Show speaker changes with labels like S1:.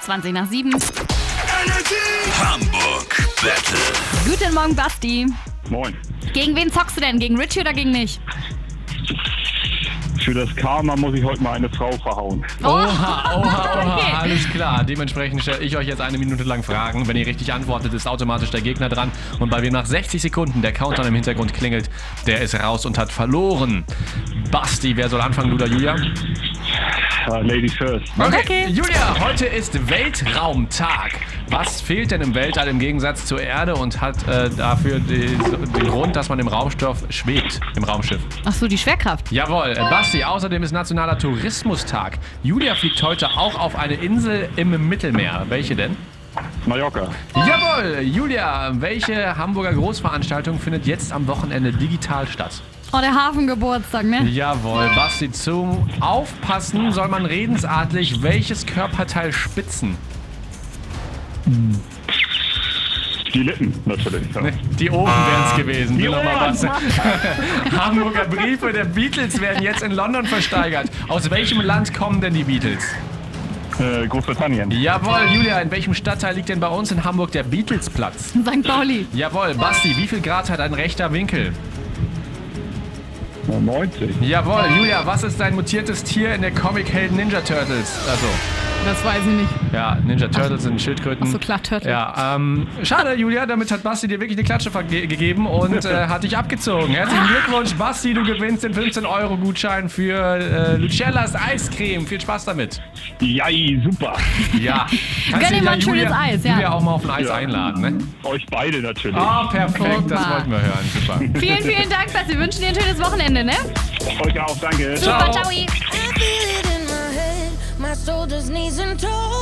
S1: 20 nach 7.
S2: Hamburg Battle.
S1: Guten Morgen, Basti.
S3: Moin.
S1: Gegen wen zockst du denn? Gegen Richie oder gegen mich?
S3: Für das Karma muss ich heute mal eine Frau verhauen.
S1: Oh,
S4: Oha, oha, oha,
S1: okay.
S4: alles klar. Dementsprechend stelle ich euch jetzt eine Minute lang Fragen. Wenn ihr richtig antwortet, ist automatisch der Gegner dran. Und bei wem nach 60 Sekunden der Countdown im Hintergrund klingelt, der ist raus und hat verloren. Basti, wer soll anfangen, du oder Julia?
S3: Äh, Ladies first.
S1: Okay.
S4: Julia, heute ist Weltraumtag. Was fehlt denn im Weltall im Gegensatz zur Erde und hat äh, dafür die, den Grund, dass man im Raumstoff schwebt, im Raumschiff?
S1: Ach so, die Schwerkraft.
S4: Jawohl, äh, Basti, außerdem ist Nationaler Tourismustag. Julia fliegt heute auch auf eine Insel im Mittelmeer. Welche denn?
S3: Mallorca.
S4: Jawohl, Julia, welche Hamburger Großveranstaltung findet jetzt am Wochenende digital statt?
S1: Oh, der Hafengeburtstag, ne?
S4: Jawohl, Basti, zum Aufpassen soll man redensartlich welches Körperteil spitzen?
S3: Die Lippen, natürlich. Ja.
S4: Die Ohren wären es gewesen. Ah. Die
S3: Ohren.
S4: Hamburger Briefe der Beatles werden jetzt in London versteigert. Aus welchem Land kommen denn die Beatles?
S3: Äh, Großbritannien.
S4: Jawohl, Julia, in welchem Stadtteil liegt denn bei uns in Hamburg der Beatles-Platz?
S1: St. Pauli.
S4: Jawohl, Basti, wie viel Grad hat ein rechter Winkel?
S3: Äh, 90.
S4: Jawohl, Julia, was ist dein mutiertes Tier in der Comic-Helden Ninja Turtles? Also,
S1: Das weiß ich nicht.
S4: ja, Ninja Turtles sind Schildkröten.
S1: ach so, klar, Turtle.
S4: Ja, ähm, schade, Julia, damit hat Basti dir wirklich eine Klatsche verge- gegeben und äh, hat dich abgezogen. Herzlichen Glückwunsch, Basti, du gewinnst den 15-Euro-Gutschein für äh, Lucellas Eiscreme. Viel Spaß damit.
S3: Jai, super.
S4: Ja. Kannst
S1: Gönn ihm mal ein schönes Eis, ja.
S4: Julia auch mal auf ein Eis
S3: Ja.
S4: einladen, ne?
S3: Euch beide natürlich.
S4: Ah, perfekt, das
S1: Wunderbar.
S4: wollten wir hören. Super.
S1: Vielen, vielen Dank, Basti. Wir wünschen dir ein schönes Wochenende, ne?
S3: Euch auch, danke.
S1: Super,
S4: Ciao.
S1: ciao.
S5: I feel it in my head, my shoulders, knees, and toes.